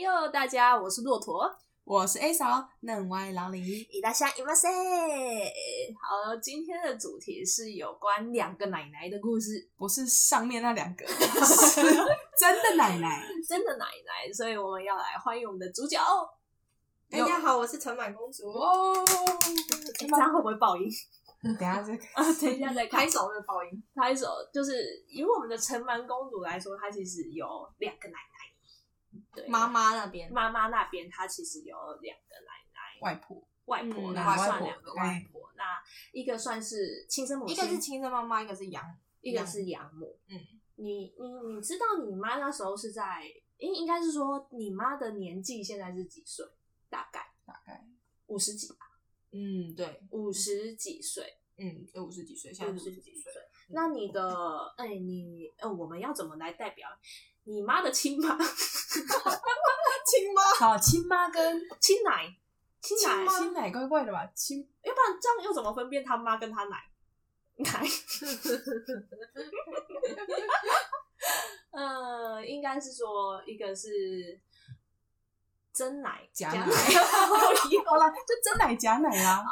哟，大家，我是骆驼。我是 A 嫂，嫩歪老李。伊大虾伊马塞。好，今天的主题是有关两个奶奶的故事， 不是上面那两 个，是真的奶奶。真的奶奶，所以我们要来欢迎我们的主角。大家哎好，我是陈满公主。哦，这样会不会爆 音？等一下这个啊，等一下再拍开手的爆音，拍手，就是以我们的城门公主来说，她其实有两个奶奶。对，妈妈那边妈妈那边，她其实有两个奶奶，外婆，外婆嗯啦，外算婆两个对外婆。那一个算是亲生母一亲，个是亲生妈妈，一个是养。一个是养母。嗯，你你你知道你妈那时候是在，应应该是说你妈的年纪现在是几岁？大概大概五十几吧，嗯，对，五十几岁，嗯，就五十几岁，现在五五十十几几岁嗯岁。。那你的哎、你呃，我们要怎么来代表你妈的亲妈、亲妈。好，亲妈跟亲奶、亲奶？亲亲奶怪怪的吧？亲要不然这样又怎么分辨他妈跟他奶奶？ 呃，应该是说一个是真奶假奶， 奶好好啦，就真奶假奶啦。啦，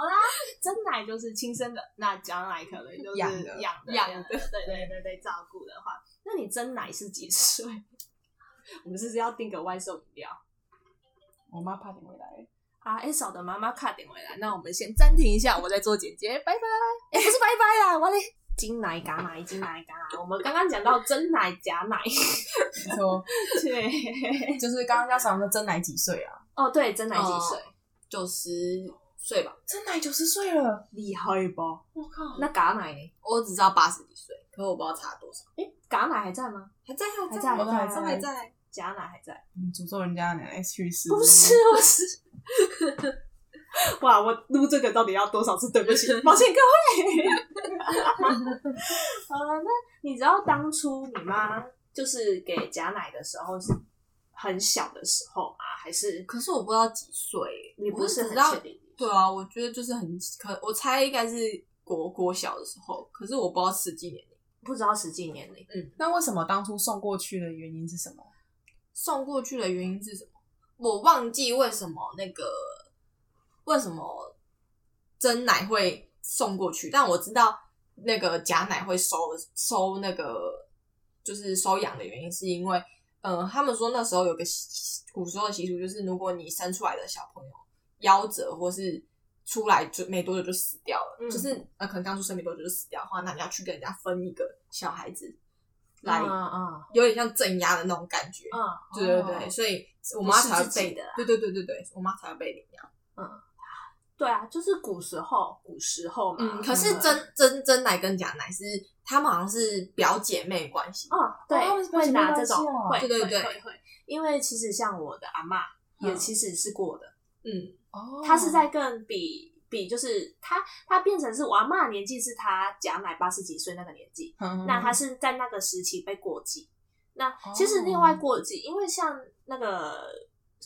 真奶就是亲生的，那假奶可能就是养养的养的，养的的对对对对，照顾的话，那你真奶是几岁？ 我们是不是要订个外送饮料？我妈怕你回来，啊，A 嫂的妈妈卡点回来，那我们先暂停一下，我再做简介，拜拜。哎、不是拜拜啦，我嘞，金奶假奶，金奶假 奶。我们刚刚讲到真奶假奶，没 错，对，哎就是刚刚家嫂说真奶几岁啊？ 哦对，真奶几岁？九十岁吧，真奶九十岁了，哦厉害不？我靠那假奶呢？我只知道八十几岁，可我不知道差多少。哎、假奶还在吗？还在，还还在我都还还在在，还在。假奶还在？你诅咒人家的奶奶去世？不是，不是。 哇，我录这个到底要多少次对不起？抱歉各位。 好了，那你知道当初你妈就是给贾奶的时候是很小的时候吗？还是可是我不知道几岁，你我不只是知很道确？定？对啊，我觉得就是很可，我猜应该是国国小的时候，可是我不知道实际年龄。不知道实际年龄，那为什么当初送过去的原因是什么？送过去的原因是什么？我忘记为什么那个为什么真奶会送过去，但我知道那个假奶会收收那个就是收养的原因，是因为嗯、呃他们说那时候有个习古时候的习俗，就是如果你生出来的小朋友夭折或是出来就没多久就死掉了，嗯就是呃可能刚出生没多久就死掉的话，那你要去跟人家分一个小孩子来。啊有点像镇压的那种感觉，啊，对对对，所以我不妈是才会自己被的啦对对对对对，我妈才会被领养。啊对啊，就是古时候，古时候嘛。嗯，可是真真真奶跟假奶是他们好像是表姐妹关系，哦，对，哦是会拿这关系种，哦会对对会对会会，因为其实像我的阿妈也嗯其实是过的，嗯，哦他是在更比比，就是他他变成是我阿妈年纪是他贾乃八十几岁那个年纪，嗯那他是在那个时期被过继。那哦哦其实另外过继，因为像那个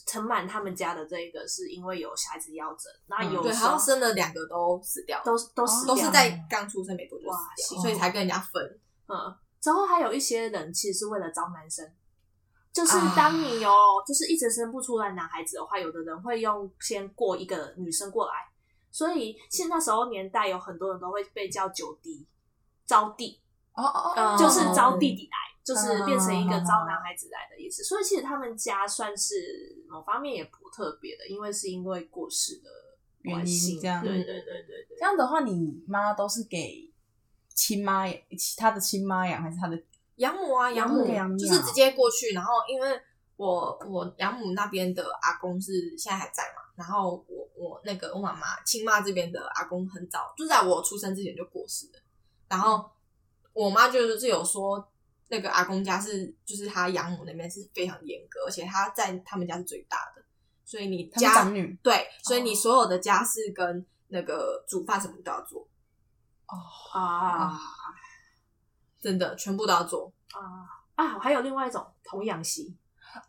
陈满他们家的这一个，是因为有小孩子夭折，那嗯有哦对，时好候像生了两个都死掉了，嗯哦都都死都掉是了在刚出生没多久哇死幸掉，所以才跟人家分。嗯，之后还有一些人其实是为了招男生，就是啊当你有、就是一直生不出来男孩子的话，有的人会用先过一个女生过来，所以现那时候年代有很多人都会被叫九弟、招弟，哦哦嗯就是招嗯弟弟来，就是变成一个嗯嗯嗯嗯招男孩子来的意思。所以其实他们家算是某方面也不特别的，因为是因为过世的原因关系这样对对对对对。这样的话，你妈都是给亲妈养，其他的亲妈养还是她的？养母啊，养母母养母就是直接过去，然后因为我我养母那边的阿公是现在还在嘛，然后我我那个我妈妈亲妈这边的阿公很早就在我出生之前就过世了，然嗯后我妈就是有说那个阿公家是就是他养母那边是非常严格，而且他在他们家是最大的，所以你她是家长哦女对，所以你所有的家事跟那个煮饭什么都要做，啊真的全部都要做。啊啊！还有另外一种童养媳。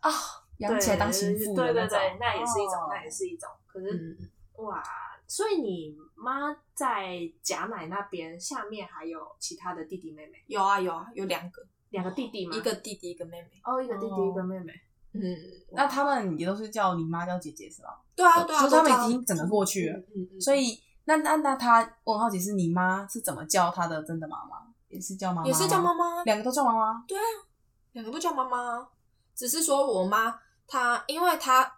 啊，养起来当媳妇的对对那种对，那也是一种，哦那也是一种。可是、嗯，哇，所以你妈在贾奶那边下面还有其他的弟弟妹妹，有啊有啊，有两个。两个弟弟吗？一个弟弟，一个妹妹。哦，一个弟弟，哦一个妹妹。嗯，那他们也都是叫你妈叫姐姐是吧？对啊，对啊，所以他们都叫已经整个过去了嗯嗯嗯，所以那那那他，我很好奇是你妈是怎么叫她的真的妈妈，也是叫妈妈，也是叫妈，妈，两个都叫妈妈。两个都叫妈妈，啊只是说我妈她，因为她，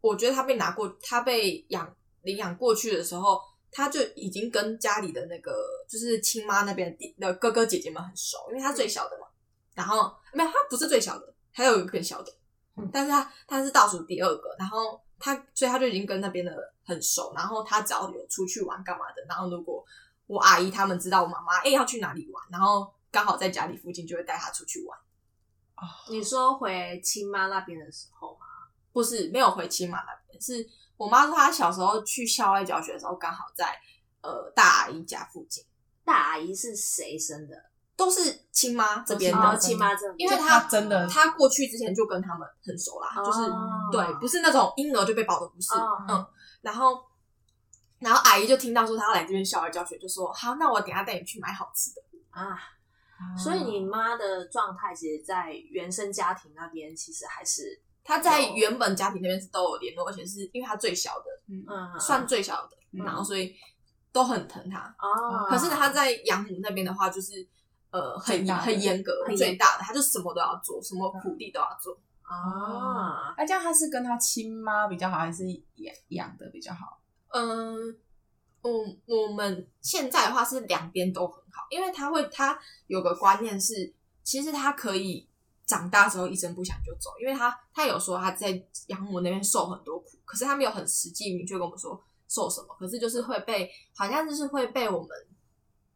我觉得她被拿过，她被养领养过去的时候，她就已经跟家里的那个就是亲妈那边的弟的哥哥姐姐们很熟，因为她最小的嘛。然后没有，她不是最小的，还有一个更小的嗯，但是她她是倒数第二个，然后她所以她就已经跟那边的很熟，然后她只要有出去玩干嘛的，然后如果我阿姨他们知道我妈妈哎、要去哪里玩，然后刚好在家里附近就会带她出去玩。你说回亲妈那边的时候吗？不是没有回亲妈那边，是我妈说她小时候去校外教学的时候，刚好在呃大阿姨家附近，大阿姨是谁生的？都是亲妈这边真哦，的，亲妈这边，因为她她真的她过去之前就跟他们很熟啦，就是哦对，不是那种婴儿就被抱的，不是，哦嗯，然后。然后阿姨就听到说她要来这边校外教学，就说好，那我等一下带你去买好吃的。啊，所以你妈的状态，其实，在原生家庭那边，其实还是她在原本家庭那边是都有联络，而且是因为她最小的，嗯算最小的，嗯然后所以都很疼她。哦。可是他在养母那边的话，就是呃很最大的很严格，很严最大的，他就什么都要做，什么苦力都要做。啊，那、这样他是跟他亲妈比较好，还是养养的比较好？嗯，我我们现在的话是两边都很好，因为他会他有个观念是，其实他可以长大之后一声不响就走，因为他他有说他在养母那边受很多苦，可是他没有很实际明确跟我们说受什么，可是就是会被好像就是会被我们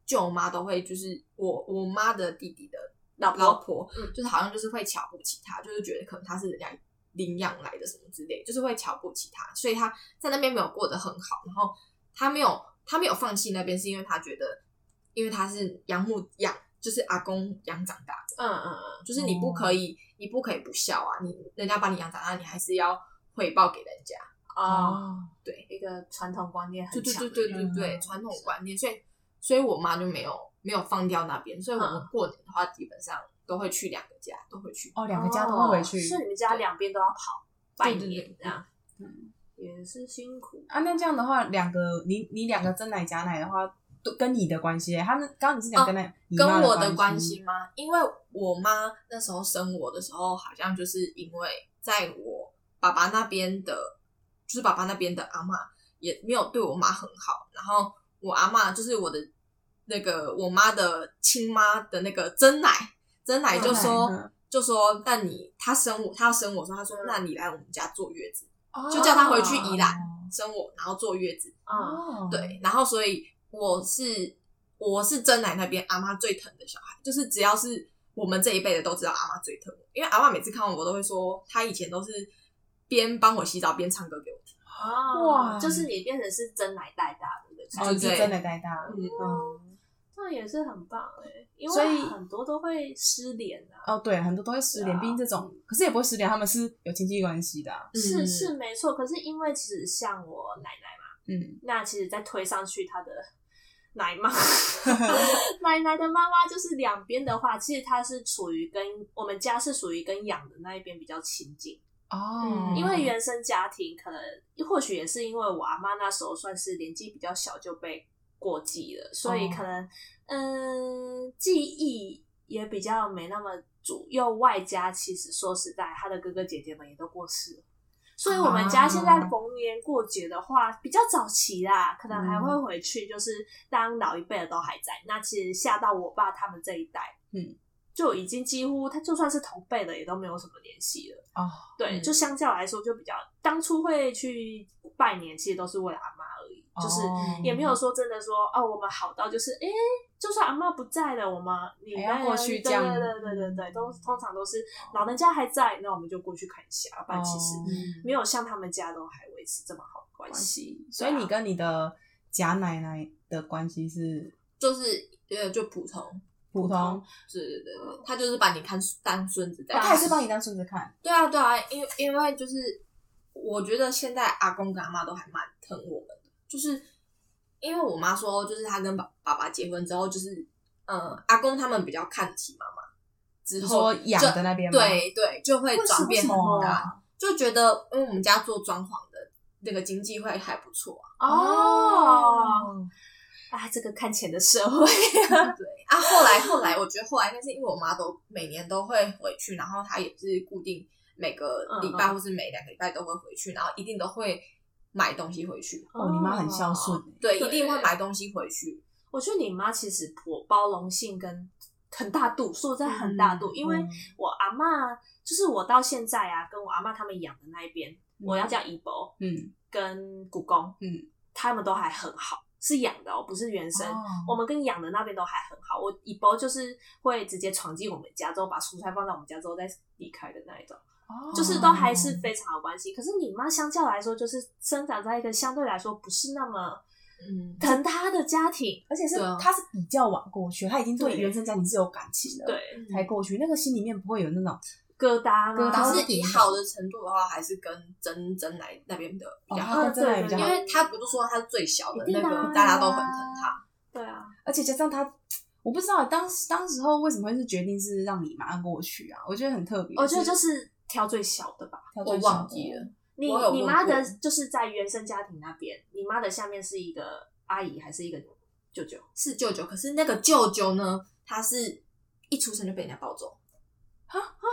舅妈都会就是我我妈的弟弟的老老婆婆，嗯就是好像就是会瞧不起他，就是觉得可能他是人家领养来的什么之类，就是会瞧不起他，所以他在那边没有过得很好，然后他没有他没有放弃那边，是因为他觉得，因为他是养母养，就是阿公养长大的，嗯嗯嗯，就是你不可以、你不可以不孝啊，你人家把你养长大，你还是要回报给人家，哦，，一个传统观念对很对强欸对的，对对嗯对，传统观念，所以所以我妈就没有没有放掉那边，所以我们嗯过年的话，基本上都会去两个家，都会去。哦，两个家都会回去。是你们家两边都要跑拜对对年对这样，嗯也是辛苦。啊，那这样的话，两个你你两个真奶假奶的话，都跟你的关系，他们刚刚你是讲跟那、你妈跟我的的关系系吗？因为我妈那时候生我的时候，好像就是因为在我爸爸那边的，就是爸爸那边的阿嬷也没有对我妈很好，然后我阿嬷就是我的那个我妈的亲妈的那个真奶，真奶就说嗯就说，那你她生我，她要生我的时候，她说那你来我们家坐月子，就叫他回去宜兰哦生我然后坐月子，嗯，哦，对，然后所以我是我是真奶那边阿妈最疼的小孩，就是只要是我们这一辈的都知道阿妈最疼我，因为阿妈每次看完我都会说，她以前都是边帮我洗澡边唱歌给我听，哦，哇就是你变成是真奶带大的那种，哦，对你是真的带大，嗯嗯，那也是很棒哎，因所为以很多都会失联啊。哦，对，很多都会失对联，啊毕竟这种，可是也不会失联，他们是有亲戚关系的啊，是嗯是没错，可是因为其实像我奶奶嘛，嗯，那其实再推上去她的奶妈，奶奶的妈妈就是两边的话，其实她是处于跟我们家是属于跟养的那一边比较亲近，哦，嗯因为原生家庭可能或许也是因为我阿妈那时候算是年纪比较小就被过继了，所以哦可能嗯、记忆也比较没那么足，又外加其实说实在，他的哥哥姐姐们也都过世了。所以我们家现在啊逢年过节的话，比较早期啦，可能还会嗯回去，就是当老一辈的都还在。那其实下到我爸他们这一代，嗯，就已经几乎他就算是同辈的，也都没有什么联系了。哦，对，嗯就相较来说就比较，当初会去拜年，其实都是为了阿妈而已，就是哦也没有说真的说哦，我们好到就是哎、诶就算阿妈不在了，我们你哎还要那过去对这样嗯对对对对对，都通常都是老人家还在，那我们就过去看一下，不然其实哦嗯，没有像他们家都还维持这么好的关关系。系，所以你跟你的假奶奶的关系是就是呃就普通，普通，对对对对，她就是把你看当孙子在哦看，她也是帮你当孙子看，对啊对啊，因为因为就是我觉得现在阿公跟阿妈都还蛮疼我们的，就是因为我妈说，就是她跟爸爸爸结婚之后，就是嗯、呃阿公他们比较看得起妈妈，之你后说就，养的那边吗对对，就会为什转么变很啊大，就觉得因为我们家做装潢的那个经济会还不错啊。哦，啊，这个看钱的社会， 对啊，后来后来，我觉得后来，但是因为我妈都每年都会回去，然后她也是固定每个礼拜嗯嗯或是每两个礼拜都会回去，然后一定都会买东西回去。哦，你妈很孝顺。欸对，对一定会买东西回去。我觉得你妈其实我包容性跟很大度，说在很大度，因为嗯我阿嬷就是我到现在啊，跟我阿嬷他们养的那一边，我要叫姨伯嗯跟古公，嗯，他们都还很好，是养的哦，不是原生。哦我们跟养的那边都还很好，我姨伯就是会直接闯进我们家之后，把蔬菜放到我们家之后再离开的那一种，哦就是都还哦是非常有关系。可是你妈相较来说，就是生长在一个相对来说不是那么嗯，疼她的家庭，而且是对啊他是比较晚过去，他已经对对原生家庭是有感情的，，对才过去，那个心里面不会有那种疙瘩啊疙瘩然但后是就以顶好的程度的话，还是跟真真奶那边的比哦，较他好，跟真的比较对好因，为她不是说她是最小的一那定的啊个，大家都很疼她。对啊，而且加上他，我不知道当时当时候为什么会是决定是让你妈过去啊，我觉得很特别，我觉得就是挑最小的吧。挑我最小的忘记了，，你我有你问妈的过就是在原生家庭那边，你妈的下面是一个阿姨还是一个舅舅？是舅舅，可是那个舅舅呢，他是一出生就被人家抱走，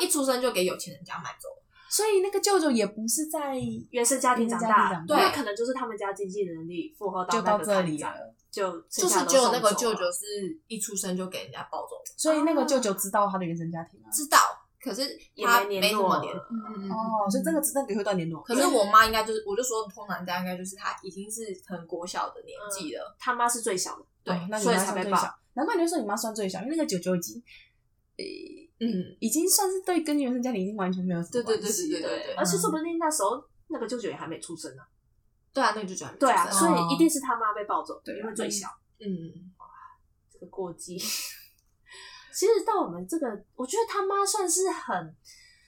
一出生就给有钱人家买走。所以那个舅舅也不是在原生家庭长原生家大，庭长对，大那可能就是他们家经济能力负荷那就到个这里坎站，了，就剩就下是都只有送那个走啊舅了舅是一出生就给人家抱走的，所以那个舅舅知道他的原生家庭啊，知道，可是也他没没联什络么了联嗯嗯嗯。哦，所以真的那个会断联络，可是我妈应该就是，我就说通常家应该就是她已经是很国小的年纪了，他妈是最小的，对哦那你所以妈才算被最抱小，难怪你就说你妈算最小，因为那个舅舅已经嗯，已经算是对跟原生家庭已经完全没有什么对对对关系对对了对对，而且说不定那时候那个舅舅也还没出生呢。对啊，那个舅舅还没对啊，出生所哦以一定是他妈被抱走，对啊因为最小。嗯，这个过激。 其实到我们这个，我觉得他妈算是很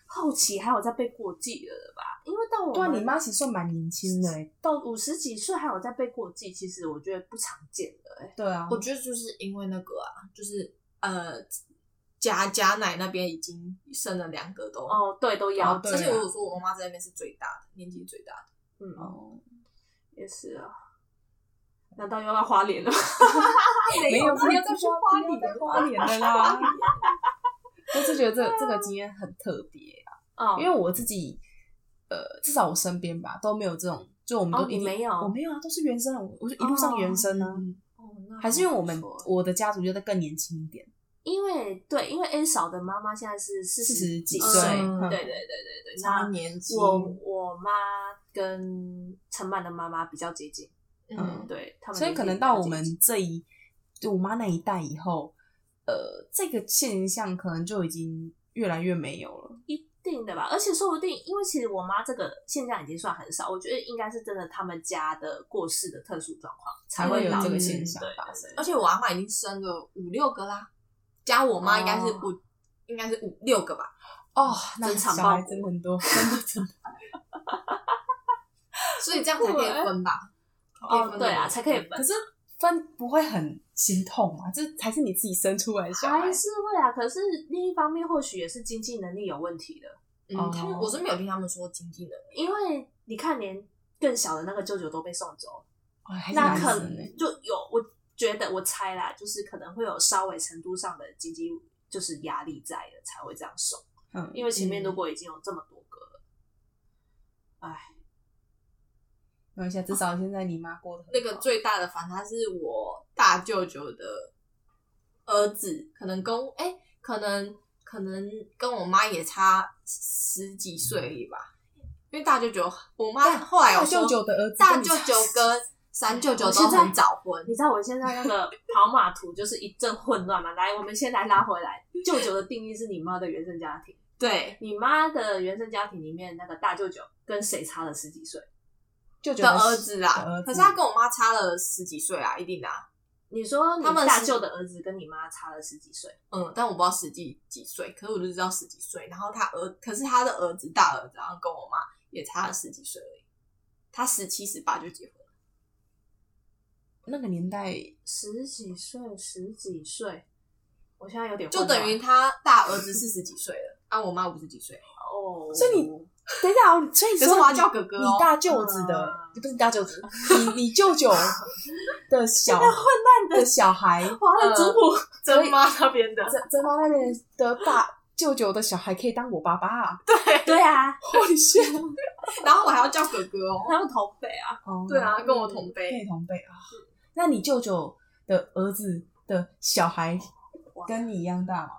后期还有在被过继的了吧，因为到我对啊，们你妈其实算蛮年轻的欸，到五十几岁还有在被过继，其实我觉得不常见的、欸。对啊，我觉得就是因为那个啊，就是呃，家家奶那边已经生了两个都，哦，对，都要，哦对而且啊我有说我妈在那边是最大的，年纪最大的，嗯，哦，也是啊。难道又要花脸了吗？没有没没有有再再说说花花脸脸了的花脸的啦。我是觉得这这个经验很特别，哦，因为我自己，呃，至少我身边吧都没有这种，就我们哦都你一定没有我没有啊，都是原生，我我就一路上原嗯生呢，哦那还是因为我们不错我的家族就在更年轻一点，因为对，因为 A 嫂的妈妈现在是四40几几岁，岁对嗯对对对对。差那年纪，我我妈跟陈曼的妈妈比较接近，嗯，对他们，所以可能到我们这一，就我妈那一代以后，呃，这个现象可能就已经越来越没有了。一定的吧，而且说不定，因为其实我妈这个现象已经算很少，我觉得应该是真的他们家的过世的特殊状况才才会会有导这个致现象对对发对生而且我阿妈已经生了五六个啦，加我妈应该是哦五，应该是五六个吧，哦，那真小惨孩爆真的很多，真 的真的。所以这样才可以分吧？可以分欸哦，对啊，才可以分可，是分不会很心痛嘛？这才是你自己生出来的小孩还。是会啊。可是另一方面，或许也是经济能力有问题的，嗯，哦他们我是没有听他们说经济能力，因为你看，连更小的那个舅舅都被送走，哦还是那男可生呢能？就有我觉得我猜啦，就是可能会有稍微程度上的经济就是压力在的，才会这样送。嗯，因为前面嗯如果已经有这么多个了，没关系啊，至少现在你妈过得很那个好最大的反差是我大舅舅的儿子，可能跟哎、可能可能跟我妈也差十几岁而已吧，因为大舅舅我妈后来有大说舅舅的儿子大跟你舅差舅跟三舅舅哦我都现在很早婚，你知道我现在那个跑马图就是一阵混乱嘛？来，我们先来拉回来。舅舅的定义是你妈的原生家庭，对，你妈的原生家庭里面那个大舅舅跟谁差了十几岁？舅舅的儿子啦的儿。子可是他跟我妈差了十几岁啊，一定的、啊。你说你他们是大舅的儿子跟你妈差了十几岁，嗯，但我不知道实际几岁，可是我就知道十几岁。然后他儿，可是他的儿子大儿子，然后跟我妈也差了十几岁而已。他十七十八就结婚了，那个年代十几岁，十几岁，我现在有点就等于他大儿子四十几岁了，啊，我妈五十几岁，哦，所以你等一下哦，所以可是我要你叫哥哥哦嗯你大舅子的不是你大舅子，你你舅舅的 小那混蛋的的小孩，哇，那祖母所以曾妈那边的，曾曾妈那边的爸舅舅的小孩可以当我爸爸啊，对啊，我的天！然后我还要叫哥哥哦，他们同辈啊，哦对啊，跟我同辈，配同辈啊。那你舅舅的儿子的小孩哇跟你一样大吗？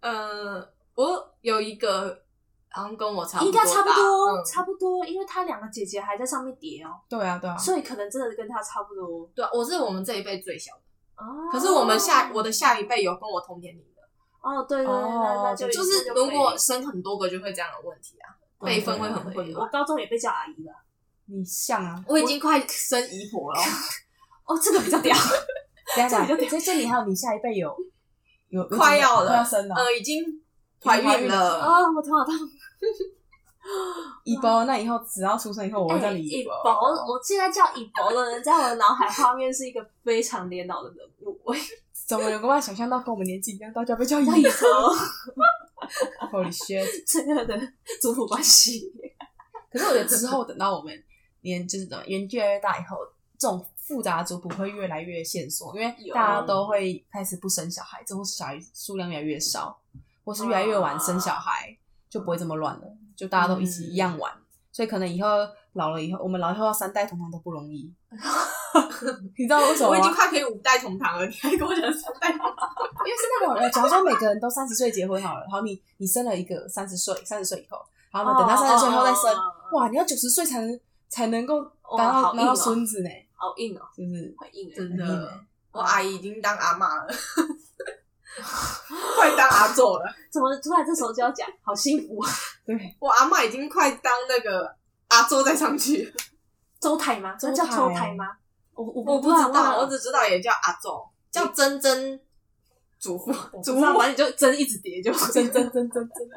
呃，我有一个好像跟我差不应多大，该差不多，嗯差不多，因为他两个姐姐还在上面叠哦，对啊，对啊。所以可能真的跟他差不多对啊，我是我们这一辈最小的，啊。可是我们哦下我的下一辈有跟我同年龄的，哦，对对对，那那就就是如果生很多个就会这样的问题啊，对辈分会很对啊混我乱。高中也被叫阿姨了，你像啊，我已经快生姨婆了，哦，这个比较 啊屌，等一下，这里就在这里还有你下一辈有有有快要了快要生了，呃，已经怀已经怀孕孕了，啊，我头好痛。一包。那以后只要出生以后，我会叫你哎哎乙包。博，我现在叫乙博的人，在我的脑海画面是一个非常年老的人物。我怎么有办法想象到跟我们年纪一样，大家被叫姨叫乙博， ？Holy shit！这个的族谱关系。可是我觉得 之后等到我们年就是怎么年纪越来越大以后，这种复杂的族谱会越来越线索，因为有大家都会开始不生小孩，这种小孩数量越来越少，或是越来越晚生小孩，就不会这么乱了，就大家都一起一样玩。所以可能以后老了以后，我们老了以后要三代同堂都不容易。 你知道为什么吗？我已经快可以五代同堂了，你还跟我讲三代同堂？因为是那种，呃假如说每个人都三十岁结婚好了，然后你你生了一个三十岁，三十岁以后，然 哦哦后呢等到三十岁以后再生，哇，哇，你要九十岁才能才能够哇拿到好硬拿哦到孙子呢，好硬哦，是不是？很硬哎。真很硬的欸，我阿姨已经当阿妈了， 快当阿祖了，怎么突然这时候就要讲？好幸福啊！对，我阿妈已经快当那个阿祖再上去了。周台吗？周那台叫周台吗？我我啊我不知知道，道，我只知道也叫阿祖，叫珍珍祖父我不知祖父道，反正就真一直叠就真真真真 真，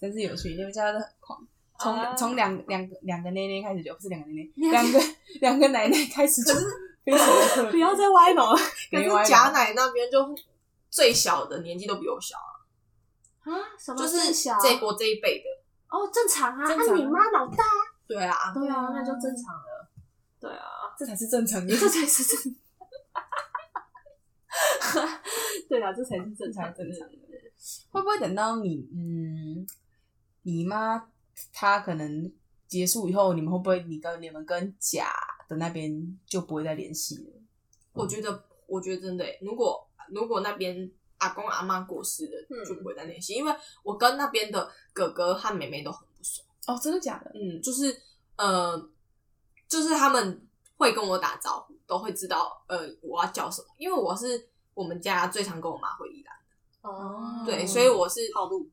真是有趣，你们家的狂。从啊从两两个两个奶奶开始就不是两个奶奶，两两个两个奶奶开始就非常的特别 不要再歪楼了。可没歪是了贾奶那边就最小的年纪都比我小啊，啊，什么就最是小？这我这一辈的。哦，正常啊，正那常啊你妈老大，对啊，对啊啊，那就正常了。对啊，这才是正常 的，这才是正。 对啊，这才是正这才常是正正常常。的。会不会等到你嗯，你妈她可能结束以后，你们会不会你跟你们跟甲的那边就不会再联系了？我觉得，我觉得真的欸，如果如果那边阿公阿妈过世了，嗯就不会再联系，因为我跟那边的哥哥和妹妹都很不熟。哦，真的假的？嗯，就是呃，就是他们会跟我打招呼，都会知道呃我要叫什么，因为我是我们家最常跟我妈回宜兰，哦啊对，所以我是套路，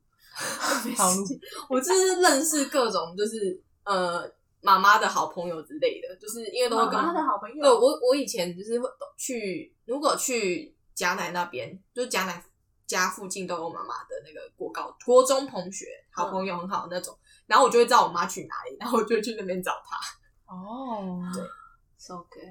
套路我就是认识各种就是呃妈妈的好朋友之类的，就是因为都会跟妈妈的好朋友对我我以前就是会去，如果去贾奶那边，就是贾奶家附近都有妈妈的那个国高国中同学，好朋友很好的那种，然后我就会知道我妈去哪里，然后我就会去那边找她。哦，对， so good，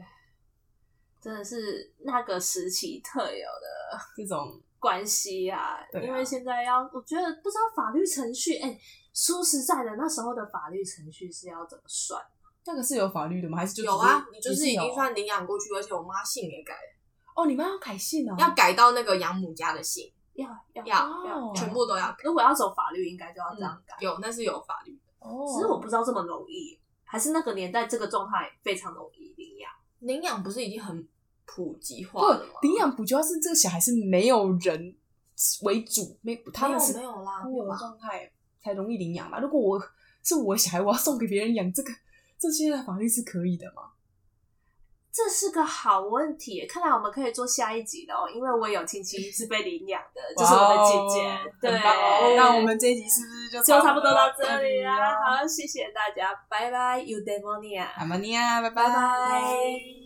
真的是那个时期特有的这种关系啊。对啊因为现在要，我觉得不知道法律程序，哎、说实在的，那时候的法律程序是要怎么算？那个是有法律的吗？还是就只有啊，你就也是已有经算领养过去，而且我妈姓也改了，哦，你妈要改姓哦，要改到那个养母家的姓，要要要哦全部都要改。如果要走法律，应该就要这嗯样改。有，那是有法律的。哦，只是我不知道这么容易，还是那个年代这个状态非常容易领养。领养不是已经很普及化了吗不？领养不主要是这个小孩是没有人为主，没他没们有是没有啦，没孤儿有啊的啦状态才容易领养吧？如果我是我的小孩，我要送给别人养，这个这些的法律是可以的吗？这是个好问题耶，看来我们可以做下一集的哦，因为我有亲戚是被领养 的，就是我的姐姐哇哦。对很棒哦，那我们这一集是不是就就差不多到啊这里啦，好，谢谢大家，拜拜，You 啊 Demonia，啊阿玛尼亚，拜拜拜。